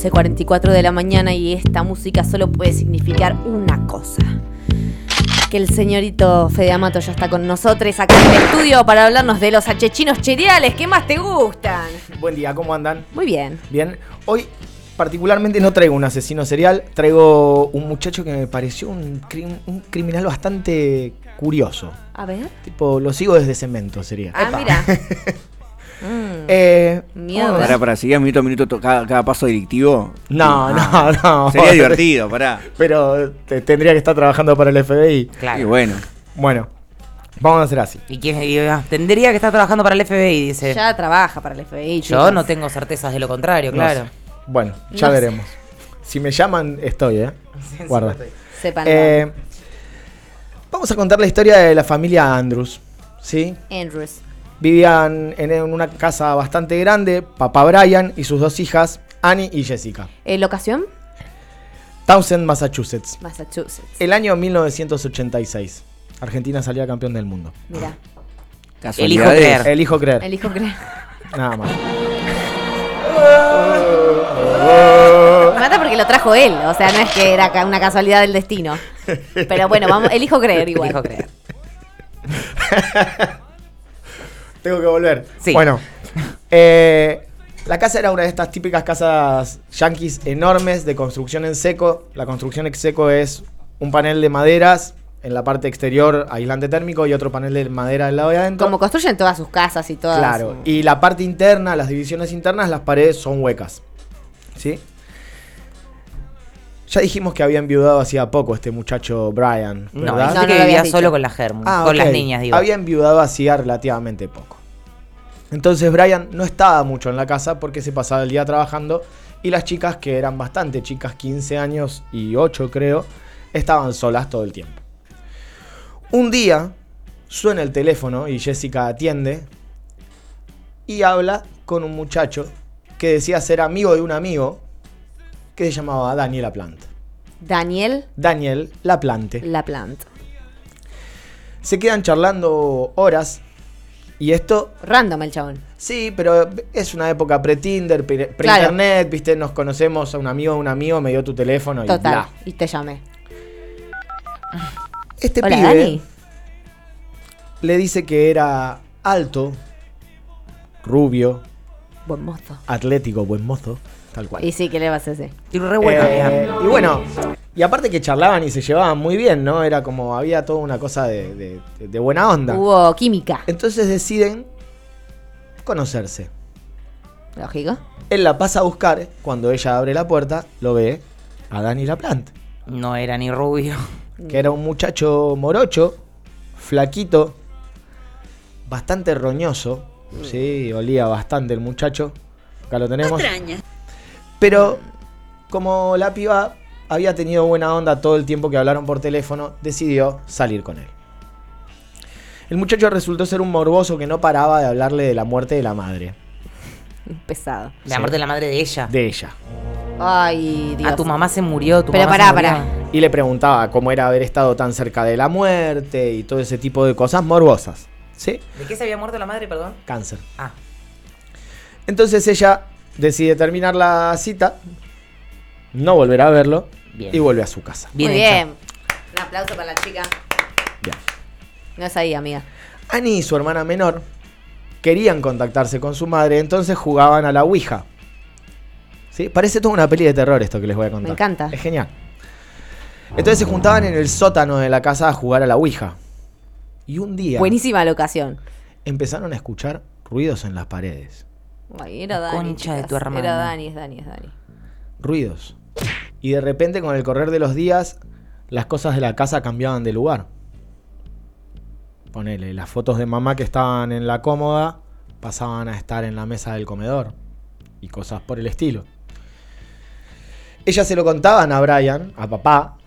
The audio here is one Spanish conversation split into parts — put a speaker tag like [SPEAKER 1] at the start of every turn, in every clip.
[SPEAKER 1] 11.44 de la mañana y esta música solo puede significar una cosa. Que el señorito Fede Amato ya está con nosotros acá en el estudio para hablarnos de los achechinos cereales que más te gustan.
[SPEAKER 2] Buen día, ¿cómo andan?
[SPEAKER 1] Muy bien.
[SPEAKER 2] Bien, hoy particularmente no traigo un asesino serial, traigo un muchacho que me pareció un, crim- un criminal bastante curioso.
[SPEAKER 1] A ver.
[SPEAKER 2] Tipo, lo sigo desde cemento sería.
[SPEAKER 1] Ah,
[SPEAKER 2] Epa.
[SPEAKER 1] mira. Mm,
[SPEAKER 2] Eh,
[SPEAKER 1] miedo.
[SPEAKER 2] vamos a
[SPEAKER 1] ¿eh?
[SPEAKER 3] Para, para, seguir a minuto a minuto to- cada, cada paso delictivo.
[SPEAKER 2] No, no, no.
[SPEAKER 3] Sería divertido, pará.
[SPEAKER 2] Pero te- tendría que estar trabajando para el FBI.
[SPEAKER 3] Y
[SPEAKER 4] Claro.
[SPEAKER 3] bueno.
[SPEAKER 2] Bueno, vamos a hacer así.
[SPEAKER 4] Y quién y, ah, tendría que estar trabajando para el FBI, dice.
[SPEAKER 1] Ya trabaja para el FBI.
[SPEAKER 4] Yo
[SPEAKER 1] chicos.
[SPEAKER 4] no tengo certezas de lo contrario,
[SPEAKER 2] No
[SPEAKER 4] claro.
[SPEAKER 2] sé. Bueno, ya
[SPEAKER 1] No sé.
[SPEAKER 2] veremos. Si me llaman, estoy, ¿eh? Guarda.
[SPEAKER 1] Sepan.
[SPEAKER 2] Eh, vamos a contar la historia de la familia Andrews. ¿Sí?
[SPEAKER 1] Andrews.
[SPEAKER 2] Vivían en en una casa bastante grande, papá Brian y sus dos hijas, Annie y Jessica.
[SPEAKER 1] Eh, ¿Locación?
[SPEAKER 2] Townsend, Massachusetts.
[SPEAKER 1] Massachusetts.
[SPEAKER 2] El año 1986. Argentina salía campeón del mundo.
[SPEAKER 1] Mira.
[SPEAKER 4] Elijo
[SPEAKER 3] Casualidades.
[SPEAKER 4] creer.
[SPEAKER 2] Elijo creer.
[SPEAKER 1] Elijo creer.
[SPEAKER 2] Nada más.
[SPEAKER 1] Me mata porque lo trajo él. O sea, no es que era ca- una casualidad del destino. Pero bueno, vamos, elijo creer igual.
[SPEAKER 4] Elijo creer.
[SPEAKER 2] Tengo que volver.
[SPEAKER 4] Sí.
[SPEAKER 2] Bueno. eh, la casa era una de estas típicas casas yanquis enormes de construcción en seco. La construcción en seco es un panel de maderas en la parte exterior, aislante térmico, y otro panel de madera del lado de adentro.
[SPEAKER 1] Como construyen todas sus casas y todas.
[SPEAKER 2] Claro.
[SPEAKER 1] su-
[SPEAKER 2] Y la parte interna, las divisiones internas, las paredes son huecas. ¿Sí? Ya dijimos que había enviudado hacía poco este muchacho Brian,
[SPEAKER 4] No,
[SPEAKER 2] ¿verdad?
[SPEAKER 1] No,
[SPEAKER 4] dijiste
[SPEAKER 1] no lo
[SPEAKER 4] que vivía
[SPEAKER 1] habías dicho.
[SPEAKER 4] solo con las germas,
[SPEAKER 2] Ah,
[SPEAKER 4] con
[SPEAKER 2] ok.
[SPEAKER 4] las niñas, digo.
[SPEAKER 2] Había enviudado hacía relativamente poco. Entonces Brian no estaba mucho en la casa porque se pasaba el día trabajando y las chicas, que eran bastante chicas, 15 años y 8 creo, estaban solas todo el tiempo. Un día suena el teléfono y Jessica atiende y habla con un muchacho que decía ser amigo de un amigo que se llamaba Daniel Laplante.
[SPEAKER 1] Daniel
[SPEAKER 2] Daniel Laplante.
[SPEAKER 1] Laplante.
[SPEAKER 2] Se quedan charlando horas y esto
[SPEAKER 1] Random el chabón.
[SPEAKER 2] Sí, pero es una época pre-Tinder, pre- pre-internet, viste, nos conocemos a un amigo, a un amigo, me dio tu teléfono y
[SPEAKER 1] Total.
[SPEAKER 2] bla.
[SPEAKER 1] Y te llamé.
[SPEAKER 2] Este
[SPEAKER 1] Hola,
[SPEAKER 2] pibe
[SPEAKER 1] Dani.
[SPEAKER 2] le dice que era alto, rubio,
[SPEAKER 1] Buen mozo.
[SPEAKER 2] atlético, buen mozo, tal cual.
[SPEAKER 1] Y sí, ¿qué le vas a hacer?
[SPEAKER 4] Y re bueno,
[SPEAKER 2] Eh,
[SPEAKER 4] mira.
[SPEAKER 2] y bueno, y aparte que charlaban y se llevaban muy bien, ¿no? Era como, había toda una cosa de, de- de buena onda.
[SPEAKER 1] Hubo química.
[SPEAKER 2] Entonces deciden conocerse.
[SPEAKER 1] Lógico.
[SPEAKER 2] Él la pasa a buscar, cuando ella abre la puerta, lo ve a Dani Laplante.
[SPEAKER 4] No era ni rubio.
[SPEAKER 2] que era un muchacho morocho, flaquito, bastante roñoso. Sí, olía bastante el muchacho. Acá lo tenemos. Pero como la piba había tenido buena onda todo el tiempo que hablaron por teléfono, decidió salir con él. El muchacho resultó ser un morboso que no paraba de hablarle de la muerte de la madre,
[SPEAKER 1] Pesado.
[SPEAKER 4] La
[SPEAKER 2] Sí.
[SPEAKER 4] muerte de la madre de ella.
[SPEAKER 2] de ella.
[SPEAKER 1] Ay, Dios.
[SPEAKER 4] Ah, tu mamá se murió, tu
[SPEAKER 1] Pero
[SPEAKER 4] mamá
[SPEAKER 1] pará,
[SPEAKER 4] se
[SPEAKER 1] pará.
[SPEAKER 4] murió.
[SPEAKER 2] Y le preguntaba cómo era haber estado tan cerca de la muerte y todo ese tipo de cosas morbosas. ¿Sí?
[SPEAKER 4] ¿De qué se había muerto la madre, perdón?
[SPEAKER 2] Cáncer.
[SPEAKER 4] Ah,
[SPEAKER 2] Entonces ella decide terminar la cita, no volverá a verlo
[SPEAKER 4] Bien.
[SPEAKER 2] y vuelve a su casa.
[SPEAKER 4] bien
[SPEAKER 1] Muy
[SPEAKER 4] hecho.
[SPEAKER 1] bien. Un aplauso para la chica. No es ahí, amiga.
[SPEAKER 2] Annie y su hermana menor querían contactarse con su madre, entonces jugaban a la Ouija. ¿Sí? Parece toda una peli de terror esto que les voy a contar.
[SPEAKER 1] Me encanta.
[SPEAKER 2] Es genial. Entonces se juntaban en el sótano de la casa a jugar a la Ouija. Y un día
[SPEAKER 1] Buenísima la ocasión.
[SPEAKER 2] empezaron a escuchar ruidos en las paredes.
[SPEAKER 1] Ay, era
[SPEAKER 4] La
[SPEAKER 1] Dani.
[SPEAKER 4] concha de
[SPEAKER 1] chicas.
[SPEAKER 4] tu hermana.
[SPEAKER 1] Era Dani, es Dani, es Dani.
[SPEAKER 2] Ruidos. Y de repente con el correr de los días, las cosas de la casa cambiaban de lugar. Ponele, las fotos de mamá que estaban en la cómoda pasaban a estar en la mesa del comedor. Y cosas por el estilo. Ellas se lo contaban a Brian, a papá,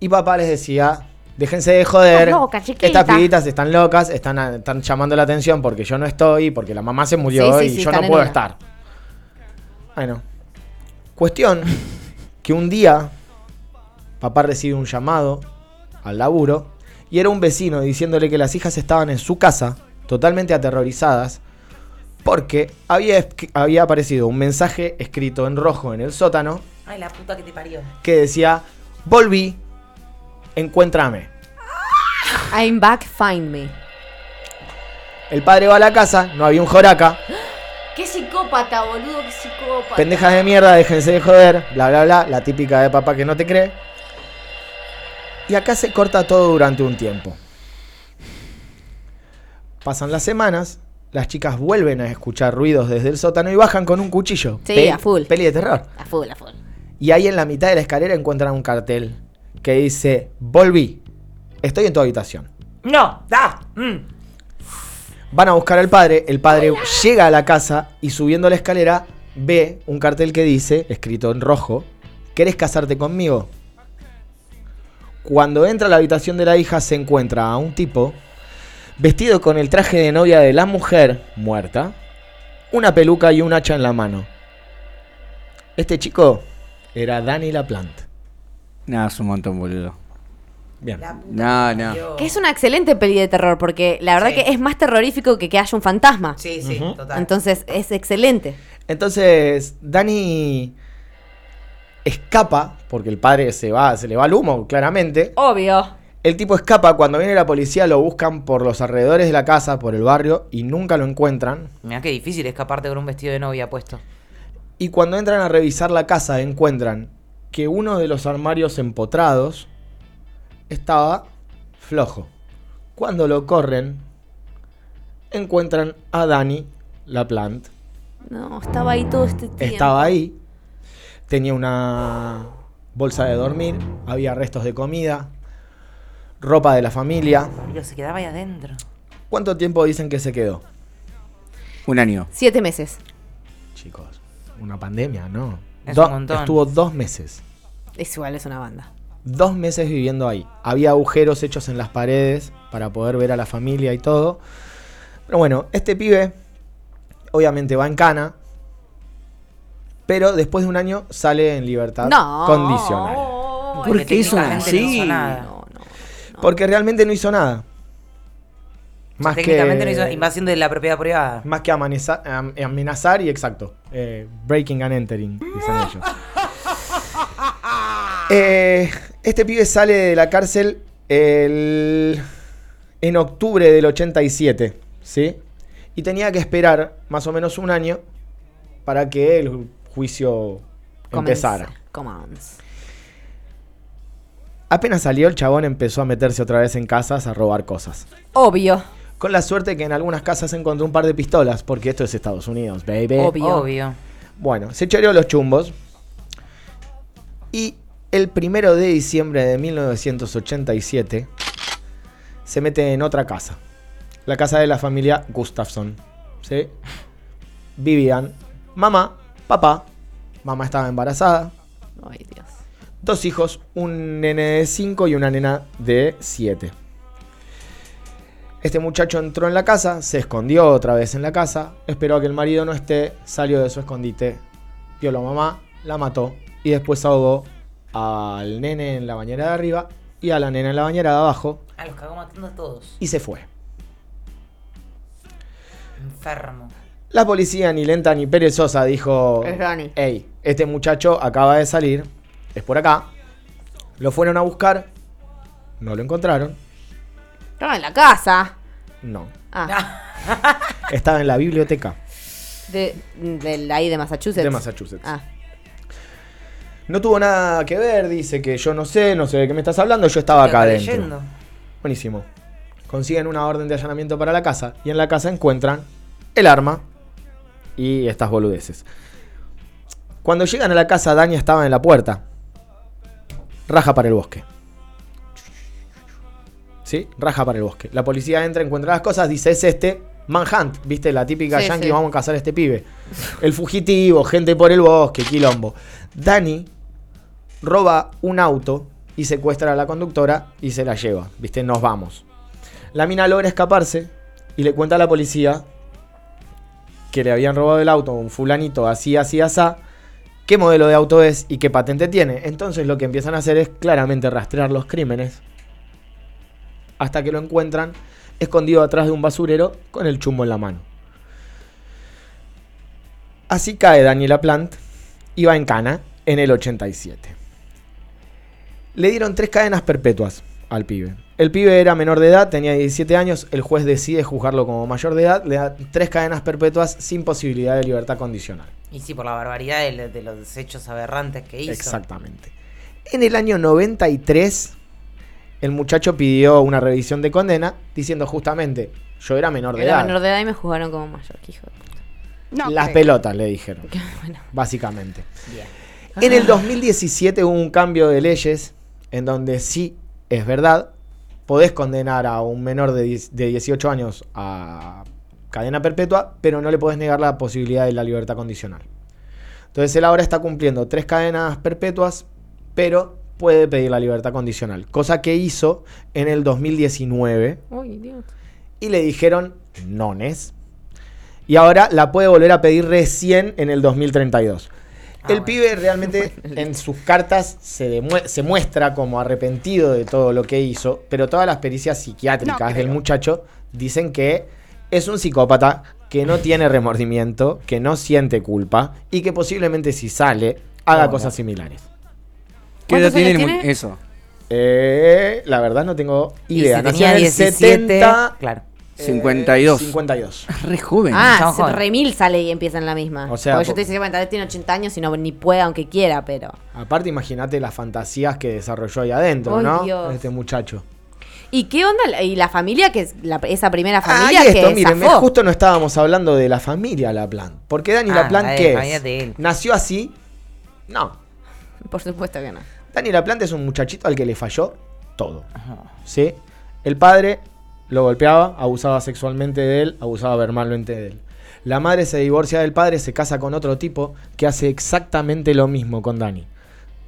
[SPEAKER 2] y papá les decía, déjense de joder,
[SPEAKER 1] Estás loca, chiquita".
[SPEAKER 2] estas pibitas están locas, están, están llamando la atención porque yo no estoy, porque la mamá se
[SPEAKER 1] Sí,
[SPEAKER 2] murió
[SPEAKER 1] sí,
[SPEAKER 2] y
[SPEAKER 1] sí,
[SPEAKER 2] yo
[SPEAKER 1] están
[SPEAKER 2] no
[SPEAKER 1] en
[SPEAKER 2] puedo
[SPEAKER 1] una.
[SPEAKER 2] estar. Bueno, cuestión que un día papá recibe un llamado al laburo y era un vecino diciéndole que las hijas estaban en su casa, totalmente aterrorizadas, Porque había, esqu- había aparecido un mensaje escrito en rojo en el sótano
[SPEAKER 4] Ay, la puta que te parió.
[SPEAKER 2] que decía, volví, encuéntrame.
[SPEAKER 1] I'm back, find me.
[SPEAKER 2] El padre va a la casa, no había un joraca,
[SPEAKER 1] Qué psicópata, boludo, qué psicópata.
[SPEAKER 2] pendejas de mierda, déjense de joder, bla, bla, bla, la típica de papá que no te cree. Y acá se corta todo durante un tiempo. Pasan las semanas, las chicas vuelven a escuchar ruidos desde el sótano y bajan con un cuchillo.
[SPEAKER 1] Sí, a full.
[SPEAKER 2] Peli de terror.
[SPEAKER 1] A full, a full.
[SPEAKER 2] Y ahí en la mitad de la escalera encuentran un cartel que dice, volví, estoy en tu habitación.
[SPEAKER 4] No, da. mm.
[SPEAKER 2] Van a buscar al padre, el padre llega a la casa y subiendo la escalera ve un cartel que dice, escrito en rojo, ¿querés casarte conmigo? Cuando entra a la habitación de la hija se encuentra a un tipo vestido con el traje de novia de la mujer muerta, una peluca y un hacha en la mano. Este chico era Danny LaPlante.
[SPEAKER 3] Nada, es un montón, boludo.
[SPEAKER 2] Bien.
[SPEAKER 3] No, no.
[SPEAKER 1] Que es una excelente peli de terror, porque la verdad
[SPEAKER 4] Sí.
[SPEAKER 1] que es más terrorífico que que haya un fantasma.
[SPEAKER 4] Sí, sí, total.
[SPEAKER 1] Entonces es excelente.
[SPEAKER 2] Entonces, Dani escapa, porque el padre se va, se le va el humo, claramente.
[SPEAKER 1] Obvio.
[SPEAKER 2] El tipo escapa, cuando viene la policía lo buscan por los alrededores de la casa, por el barrio, y nunca lo encuentran.
[SPEAKER 4] Mira qué difícil escaparte con un vestido de novia puesto.
[SPEAKER 2] Y cuando entran a revisar la casa, encuentran que uno de los armarios empotrados estaba flojo. Cuando lo corren, encuentran a Dani Laplante
[SPEAKER 1] No, estaba ahí todo este tiempo.
[SPEAKER 2] Estaba ahí, tenía una bolsa de dormir, había restos de comida, ropa de la familia.
[SPEAKER 4] Pero se quedaba ahí adentro.
[SPEAKER 2] ¿Cuánto tiempo dicen que se quedó?
[SPEAKER 3] Un año.
[SPEAKER 1] Siete meses.
[SPEAKER 2] Chicos, una pandemia, ¿no?
[SPEAKER 4] Es
[SPEAKER 2] Do-
[SPEAKER 4] un montón.
[SPEAKER 2] Estuvo dos meses.
[SPEAKER 1] Es igual, es una banda.
[SPEAKER 2] Dos meses viviendo ahí. Había agujeros hechos en las paredes para poder ver a la familia y todo. Pero bueno, este pibe obviamente va en cana. Pero después de un año sale en libertad
[SPEAKER 1] No.
[SPEAKER 2] condicional.
[SPEAKER 3] ¿Por
[SPEAKER 4] Porque
[SPEAKER 3] qué hizo
[SPEAKER 4] técnicamente no
[SPEAKER 3] así?
[SPEAKER 4] hizo nada.
[SPEAKER 1] No, no.
[SPEAKER 2] Porque realmente no hizo nada. Más
[SPEAKER 4] técnicamente no hizo
[SPEAKER 2] que,
[SPEAKER 4] invasión de la propiedad privada.
[SPEAKER 2] más que amaneza- am- amenazar y exacto. eh, breaking and entering, dicen ellos. Eh, este pibe sale de la cárcel el- en octubre del 87, ¿sí? Y tenía que esperar más o menos un año para que el juicio empezara.
[SPEAKER 1] Comienza. Commands.
[SPEAKER 2] Apenas salió el chabón empezó a meterse otra vez en casas a robar cosas.
[SPEAKER 1] Obvio.
[SPEAKER 2] Con la suerte que en algunas casas encontró un par de pistolas, porque esto es Estados Unidos, baby. Oh.
[SPEAKER 1] Obvio.
[SPEAKER 4] Obvio.
[SPEAKER 2] Bueno, se choreó los chumbos. Y el primero de diciembre de 1987 se mete en otra casa. La casa de la familia Gustafson. ¿Sí? Vivían mamá, papá. Mamá estaba embarazada.
[SPEAKER 1] Ay, Dios.
[SPEAKER 2] Dos hijos, un nene de 5 y una nena de 7. Este muchacho entró en la casa, se escondió otra vez en la casa, esperó a que el marido no esté, salió de su escondite, violó a mamá, la mató y después ahogó al nene en la bañera de arriba y a la nena en la bañera de abajo
[SPEAKER 4] Ah, los cagó matando a todos.
[SPEAKER 2] y se fue.
[SPEAKER 4] Enfermo.
[SPEAKER 2] La policía, ni lenta ni perezosa, dijo:
[SPEAKER 1] Es Dani.
[SPEAKER 2] Hey, este muchacho acaba de salir, es por acá. Lo fueron a buscar, no lo encontraron,
[SPEAKER 1] Estaba en la casa.
[SPEAKER 2] no.
[SPEAKER 1] Ah,
[SPEAKER 2] Estaba en la biblioteca
[SPEAKER 1] de, del ahí de Massachusetts.
[SPEAKER 2] de Massachusetts.
[SPEAKER 1] Ah.
[SPEAKER 2] No tuvo nada que ver, dice que yo no sé, no sé de qué me estás hablando, yo estaba
[SPEAKER 4] Estaba
[SPEAKER 2] acá
[SPEAKER 4] leyendo.
[SPEAKER 2] adentro. Buenísimo. Consiguen una orden de allanamiento para la casa y en la casa encuentran el arma y estas boludeces. Cuando llegan a la casa, Dani estaba en la puerta. Raja para el bosque. ¿Sí? Raja para el bosque. La policía entra, encuentra las cosas, dice, es este. Manhunt, viste, la típica
[SPEAKER 1] Sí,
[SPEAKER 2] yankee,
[SPEAKER 1] sí.
[SPEAKER 2] vamos a cazar a este pibe. El fugitivo, gente por el bosque, quilombo. Dani roba un auto y secuestra a la conductora y se la lleva. Viste, nos vamos. La mina logra escaparse y le cuenta a la policía que le habían robado el auto a un fulanito así, así, asá, qué modelo de auto es y qué patente tiene. Entonces lo que empiezan a hacer es claramente rastrear los crímenes hasta que lo encuentran escondido atrás de un basurero con el chumbo en la mano. Así cae Daniela Plant y va en cana en el 87. Le dieron tres cadenas perpetuas al pibe. El pibe era menor de edad, tenía 17 años, el juez decide juzgarlo como mayor de edad, le da tres cadenas perpetuas sin posibilidad de libertad condicional.
[SPEAKER 4] Y sí, por la barbaridad de, de los hechos aberrantes que hizo.
[SPEAKER 2] Exactamente. En el año 93, el muchacho pidió una revisión de condena diciendo justamente, yo era menor de
[SPEAKER 1] Era
[SPEAKER 2] edad.
[SPEAKER 1] menor de edad y me jugaron como mayor, que hijo de puta.
[SPEAKER 2] Las pelotas, le dijeron,
[SPEAKER 1] Bueno,
[SPEAKER 2] básicamente.
[SPEAKER 4] Bien.
[SPEAKER 2] En el 2017 hubo un cambio de leyes en donde sí es verdad, podés condenar a un menor de, 10 de 18 años a cadena perpetua, pero no le podés negar la posibilidad de la libertad condicional. Entonces él ahora está cumpliendo tres cadenas perpetuas, pero puede pedir la libertad condicional, cosa que hizo en el 2019
[SPEAKER 1] uy, Dios.
[SPEAKER 2] y le dijeron nones. Y ahora la puede volver a pedir recién en el 2032.
[SPEAKER 4] Ah,
[SPEAKER 2] el
[SPEAKER 4] bueno.
[SPEAKER 2] pibe realmente en sus cartas se, demue- se muestra como arrepentido de todo lo que hizo, pero todas las pericias psiquiátricas
[SPEAKER 5] No
[SPEAKER 2] del
[SPEAKER 5] creo.
[SPEAKER 2] muchacho dicen que es un psicópata que no tiene remordimiento, que no siente culpa y que posiblemente si sale haga
[SPEAKER 4] Ah, Bueno.
[SPEAKER 2] cosas similares.
[SPEAKER 3] ¿Qué edad
[SPEAKER 1] ¿Cuántos
[SPEAKER 3] tiene,
[SPEAKER 1] años
[SPEAKER 3] el mu-
[SPEAKER 1] tiene?
[SPEAKER 3] Eso.
[SPEAKER 2] Eh, la verdad no tengo
[SPEAKER 4] Y
[SPEAKER 2] idea.
[SPEAKER 4] si
[SPEAKER 2] Nació
[SPEAKER 4] tenía
[SPEAKER 2] en el
[SPEAKER 4] 17,
[SPEAKER 2] 70,
[SPEAKER 4] Claro.
[SPEAKER 2] eh,
[SPEAKER 3] 52.
[SPEAKER 2] 52.
[SPEAKER 3] Re joven.
[SPEAKER 1] Ah,
[SPEAKER 4] Estamos
[SPEAKER 1] se
[SPEAKER 4] jóvenes.
[SPEAKER 1] remil sale y empieza en la misma.
[SPEAKER 2] O sea,
[SPEAKER 1] Porque yo
[SPEAKER 2] po-
[SPEAKER 1] te dice, bueno, tal vez tiene 80 años y no ni puede, aunque quiera, pero.
[SPEAKER 2] Aparte, imagínate las fantasías que desarrolló ahí adentro,
[SPEAKER 1] Ay,
[SPEAKER 2] ¿no?
[SPEAKER 1] Dios.
[SPEAKER 2] Este muchacho.
[SPEAKER 1] ¿Y qué onda? la- ¿Y la familia? que es la- Esa primera familia
[SPEAKER 2] Ah, y
[SPEAKER 1] que
[SPEAKER 2] miren,
[SPEAKER 1] zafó?
[SPEAKER 2] justo no estábamos hablando de la familia Laplan. Porque Dani
[SPEAKER 4] Ah,
[SPEAKER 2] Laplan,
[SPEAKER 4] la
[SPEAKER 1] eh,
[SPEAKER 2] ¿qué
[SPEAKER 4] de- la
[SPEAKER 2] es?
[SPEAKER 4] familia de él.
[SPEAKER 2] ¿Nació así? No.
[SPEAKER 1] Por supuesto que no.
[SPEAKER 2] Dani Laplan es un muchachito al que le falló todo. ¿Sí? El padre lo golpeaba, abusaba sexualmente de él, abusaba verbalmente de él. La madre se divorcia del padre, se casa con otro tipo que hace exactamente lo mismo con Dani.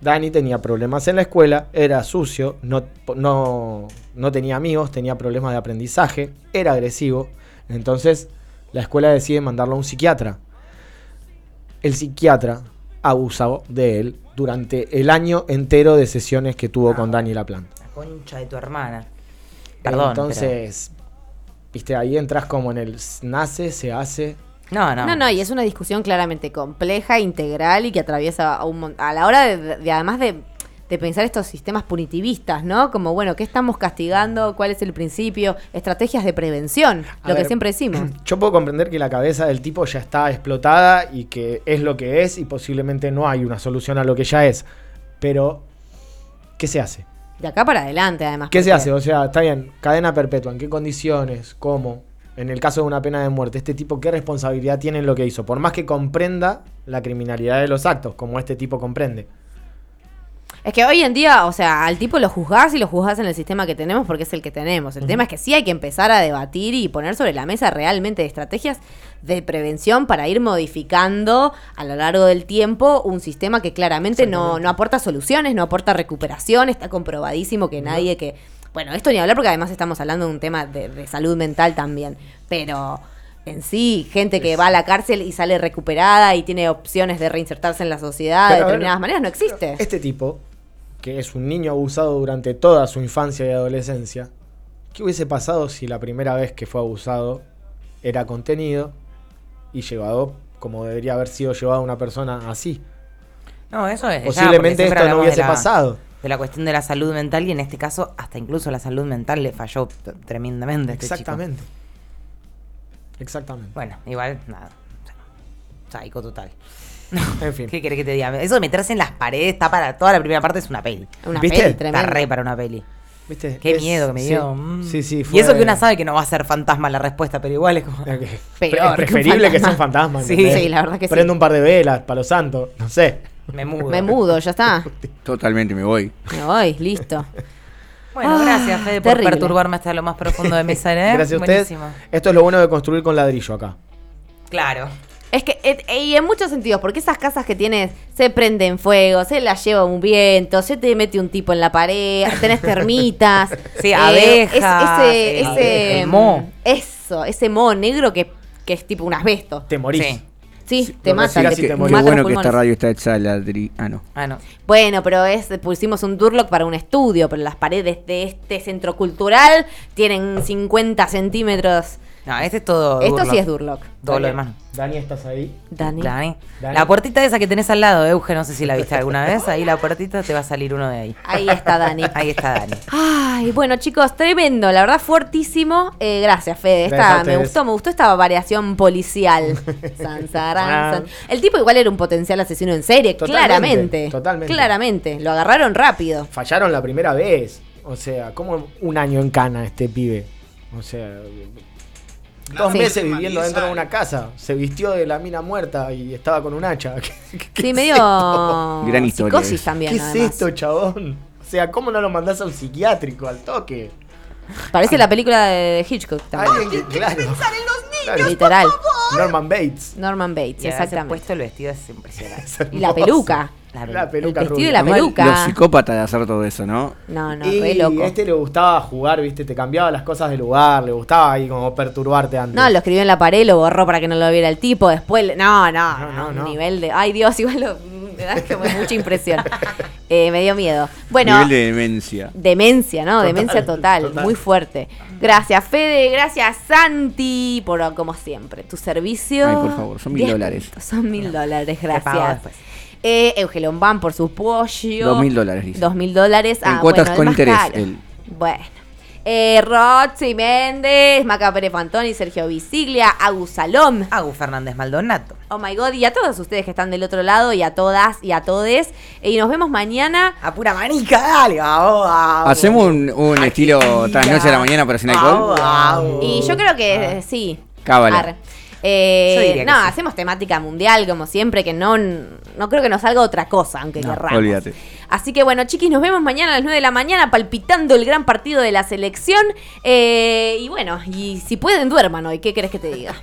[SPEAKER 2] Dani tenía problemas en la escuela, era sucio, no, no, no tenía amigos, tenía problemas de aprendizaje, era agresivo. Entonces la escuela decide mandarlo a un psiquiatra. El psiquiatra abusó de él durante el año entero de sesiones que tuvo con Dani Laplan.
[SPEAKER 4] La concha de tu hermana. Perdón.
[SPEAKER 2] Entonces, viste, ahí entras como en el s- nace, se hace.
[SPEAKER 4] pero- No, no.
[SPEAKER 1] No, no, y es una discusión claramente compleja, integral y que atraviesa a un mon- A la hora de, de- además de, de pensar estos sistemas punitivistas, ¿no? Como, bueno, ¿qué estamos castigando? ¿Cuál es el principio? Estrategias de prevención,
[SPEAKER 2] A
[SPEAKER 1] lo que
[SPEAKER 2] ver,
[SPEAKER 1] siempre decimos.
[SPEAKER 2] Yo puedo comprender que la cabeza del tipo ya está explotada y que es lo que es y posiblemente no hay una solución a lo que ya es. Pero, ¿qué se hace?
[SPEAKER 1] De acá para adelante, además.
[SPEAKER 2] ¿Qué se
[SPEAKER 1] porque-
[SPEAKER 2] hace? O sea, está bien, cadena perpetua, ¿en qué condiciones? ¿Cómo? En el caso de una pena de muerte, este tipo, ¿qué responsabilidad tiene en lo que hizo? Por más que comprenda la criminalidad de los actos, como este tipo comprende.
[SPEAKER 1] Es que hoy en día, o sea, al tipo lo juzgás y lo juzgás en el sistema que tenemos porque es el que tenemos. El tema es que sí hay que empezar a debatir y poner sobre la mesa realmente estrategias de prevención para ir modificando a lo largo del tiempo un sistema que claramente no, no aporta soluciones, no aporta recuperación. Está comprobadísimo que nadie que... Bueno, esto ni hablar porque además estamos hablando de un tema de, de salud mental también. Pero en sí, gente que va a la cárcel y sale recuperada y tiene opciones de reinsertarse en la sociedad
[SPEAKER 2] Pero,
[SPEAKER 1] de
[SPEAKER 2] a ver,
[SPEAKER 1] determinadas maneras, no existe.
[SPEAKER 2] Este tipo, que es un niño abusado durante toda su infancia y adolescencia, ¿qué hubiese pasado si la primera vez que fue abusado era contenido y llevado como debería haber sido llevada una persona así?
[SPEAKER 4] No, eso es. ya, porque
[SPEAKER 2] Posiblemente
[SPEAKER 4] siempre
[SPEAKER 2] esto no
[SPEAKER 4] hablamos
[SPEAKER 2] hubiese
[SPEAKER 4] de la-
[SPEAKER 2] pasado.
[SPEAKER 4] De la cuestión de la salud mental y en este caso hasta incluso la salud mental le falló t- tremendamente. a este chico.
[SPEAKER 2] Exactamente. Exactamente.
[SPEAKER 4] Bueno, igual, nada. Psycho total.
[SPEAKER 2] En fin.
[SPEAKER 4] ¿Qué querés que te diga? Eso de meterse en las paredes está para toda la primera parte es una peli.
[SPEAKER 1] Una
[SPEAKER 2] ¿Viste?
[SPEAKER 1] peli
[SPEAKER 4] Está
[SPEAKER 1] tremenda.
[SPEAKER 4] re para una peli.
[SPEAKER 2] ¿Viste?
[SPEAKER 4] Qué
[SPEAKER 2] Es-
[SPEAKER 4] miedo que me
[SPEAKER 2] sí.
[SPEAKER 4] dio. mm.
[SPEAKER 2] Sí, sí.
[SPEAKER 4] Y eso
[SPEAKER 2] fue-
[SPEAKER 4] que una sabe que no va a ser fantasma la respuesta, pero igual es como.
[SPEAKER 2] Ok.
[SPEAKER 1] Peor
[SPEAKER 2] Pre- es
[SPEAKER 1] que un
[SPEAKER 2] preferible
[SPEAKER 1] fantasma.
[SPEAKER 2] que, sea un fantasma.
[SPEAKER 4] Sí.
[SPEAKER 2] ¿entendés?
[SPEAKER 1] Sí, la verdad que sí.
[SPEAKER 2] Prendo un par de velas, para los santos, no sé.
[SPEAKER 4] Me mudo.
[SPEAKER 1] Me mudo, ya está.
[SPEAKER 3] Totalmente me voy.
[SPEAKER 1] Me voy, listo.
[SPEAKER 4] Bueno,
[SPEAKER 1] Ah,
[SPEAKER 4] gracias, Fede, por
[SPEAKER 1] terrible.
[SPEAKER 4] perturbarme hasta lo más profundo de mi ser, ¿eh?
[SPEAKER 2] Gracias a ustedes.
[SPEAKER 4] Buenísimo.
[SPEAKER 2] Esto es lo bueno de construir con ladrillo acá.
[SPEAKER 4] Claro.
[SPEAKER 1] Es que, et- e- y en muchos sentidos, porque esas casas que tienes se prenden fuego, se las lleva un viento, se te mete un tipo en la pared, tenés termitas. eh,
[SPEAKER 4] Sí, abejas,
[SPEAKER 1] es- ese,
[SPEAKER 4] eh,
[SPEAKER 1] ese, mm,
[SPEAKER 4] el moho.
[SPEAKER 1] Eso, ese moho negro que, que es tipo un asbesto.
[SPEAKER 2] Te morís.
[SPEAKER 4] Sí.
[SPEAKER 1] Sí, te mata,
[SPEAKER 2] recibís
[SPEAKER 1] te,
[SPEAKER 2] y te
[SPEAKER 3] Qué
[SPEAKER 2] morís.
[SPEAKER 1] mata
[SPEAKER 3] bueno
[SPEAKER 1] los
[SPEAKER 3] que esta
[SPEAKER 1] pulmones.
[SPEAKER 3] radio está hecha de ladrillo. Ah, no.
[SPEAKER 4] Ah, no.
[SPEAKER 1] Bueno, pero es, pusimos un Durlock para un estudio, pero las paredes de este centro cultural tienen 50 centímetros
[SPEAKER 4] No, este es todo.
[SPEAKER 1] Esto sí
[SPEAKER 4] Durlock.
[SPEAKER 1] es Durlock.
[SPEAKER 4] Todo lo
[SPEAKER 2] Dani-
[SPEAKER 4] demás. no.
[SPEAKER 2] Dani, ¿estás ahí?
[SPEAKER 1] Dani.
[SPEAKER 4] Dani.
[SPEAKER 2] Dani.
[SPEAKER 4] La puertita esa que tenés al lado, Euge, no sé si la viste alguna vez. Ahí la puertita te va a salir uno de ahí.
[SPEAKER 1] Ahí está Dani.
[SPEAKER 4] Ahí está Dani.
[SPEAKER 1] Ay, bueno chicos, tremendo, la verdad fuertísimo. Eh, gracias, Fede. Esta,
[SPEAKER 2] Gracias a
[SPEAKER 1] me
[SPEAKER 2] ustedes.
[SPEAKER 1] gustó, me gustó esta variación policial. San, sarán, san. El tipo igual era un potencial asesino en serie,
[SPEAKER 2] Totalmente,
[SPEAKER 1] claramente.
[SPEAKER 2] totalmente.
[SPEAKER 1] Claramente. Lo agarraron rápido.
[SPEAKER 2] Fallaron la primera vez. O sea, ¿cómo un año en cana este pibe? O sea, dos
[SPEAKER 1] Sí.
[SPEAKER 2] meses viviendo dentro de una casa. Se vistió de la mina muerta y estaba con un hacha. ¿Qué, qué
[SPEAKER 1] Sí,
[SPEAKER 2] es
[SPEAKER 1] medio
[SPEAKER 3] Gran historia
[SPEAKER 1] psicosis
[SPEAKER 3] es.
[SPEAKER 1] también.
[SPEAKER 2] ¿Qué es
[SPEAKER 1] además.
[SPEAKER 2] esto, chabón? O sea, ¿cómo no lo mandás a un psiquiátrico al toque?
[SPEAKER 1] Parece la película de Hitchcock también.
[SPEAKER 2] Alguien que, claro. Claro.
[SPEAKER 1] Literal.
[SPEAKER 2] Norman Bates.
[SPEAKER 1] Norman Bates,
[SPEAKER 4] Y haberse
[SPEAKER 1] exactamente.
[SPEAKER 4] puesto el vestido es impresionante.
[SPEAKER 2] Es
[SPEAKER 1] Y la
[SPEAKER 2] hermoso.
[SPEAKER 1] peluca.
[SPEAKER 4] La
[SPEAKER 2] La
[SPEAKER 4] verdad.
[SPEAKER 2] peluca
[SPEAKER 1] El vestido y
[SPEAKER 2] rubia.
[SPEAKER 1] la
[SPEAKER 3] Igual,
[SPEAKER 1] peluca.
[SPEAKER 3] Los psicópatas de hacer todo eso, ¿no?
[SPEAKER 1] No, no,
[SPEAKER 2] y
[SPEAKER 1] re loco.
[SPEAKER 2] a este le gustaba jugar, viste, te cambiaba las cosas de lugar, le gustaba ahí como perturbarte antes.
[SPEAKER 1] No, lo escribió en la pared, lo borró para que no lo viera el tipo. Después, le- no, no,
[SPEAKER 2] No,
[SPEAKER 1] no,
[SPEAKER 2] no,
[SPEAKER 1] un
[SPEAKER 2] no.
[SPEAKER 1] nivel de. Ay, Dios, igual lo, me da como mucha impresión. Eh, me dio miedo. Bueno,
[SPEAKER 3] Nivel de demencia.
[SPEAKER 1] demencia, ¿no? demencia total,
[SPEAKER 2] total.
[SPEAKER 1] muy fuerte. Gracias, Fede, gracias, Santi, por como siempre tu servicio.
[SPEAKER 3] Ay, por favor, son mil
[SPEAKER 1] Diez
[SPEAKER 3] dólares.
[SPEAKER 1] puntos, Son mil dólares,
[SPEAKER 4] pago
[SPEAKER 1] gracias.
[SPEAKER 4] después.
[SPEAKER 1] Eh, Eugelon Van por su pollo.
[SPEAKER 3] Dos mil dólares, dice.
[SPEAKER 1] Dos mil dólares.
[SPEAKER 3] En
[SPEAKER 1] Ah,
[SPEAKER 3] cuotas
[SPEAKER 1] bueno, el
[SPEAKER 3] con
[SPEAKER 1] más
[SPEAKER 3] interés,
[SPEAKER 1] caro.
[SPEAKER 3] él.
[SPEAKER 1] Bueno. Eh, Roxy Méndez, Maca Pérez Fantoni, Sergio Visiglia, Agus Salom.
[SPEAKER 4] Agus Fernández Maldonato.
[SPEAKER 1] Oh my god, y a todos ustedes que están del otro lado, y a todas, y a todes. Eh, y nos vemos mañana.
[SPEAKER 4] A pura manica, dale, vamos,
[SPEAKER 1] Ah,
[SPEAKER 4] vamos.
[SPEAKER 3] Hacemos un, un estilo trasnoche de la mañana, pero sin alcohol.
[SPEAKER 4] Vamos, vamos.
[SPEAKER 1] Y yo creo que eh, sí.
[SPEAKER 3] Cábala.
[SPEAKER 1] Ah, Arre. Eh,
[SPEAKER 4] Ah, Yo diría que
[SPEAKER 1] no,
[SPEAKER 4] sí.
[SPEAKER 1] hacemos temática mundial, como siempre, que no, no creo que nos salga otra cosa, aunque querramos.
[SPEAKER 3] olvídate.
[SPEAKER 1] Así que bueno, chiquis, nos vemos mañana a las 9 de la mañana palpitando el gran partido de la selección. Eh, y bueno, y si pueden, duerman hoy, ¿qué querés que te diga?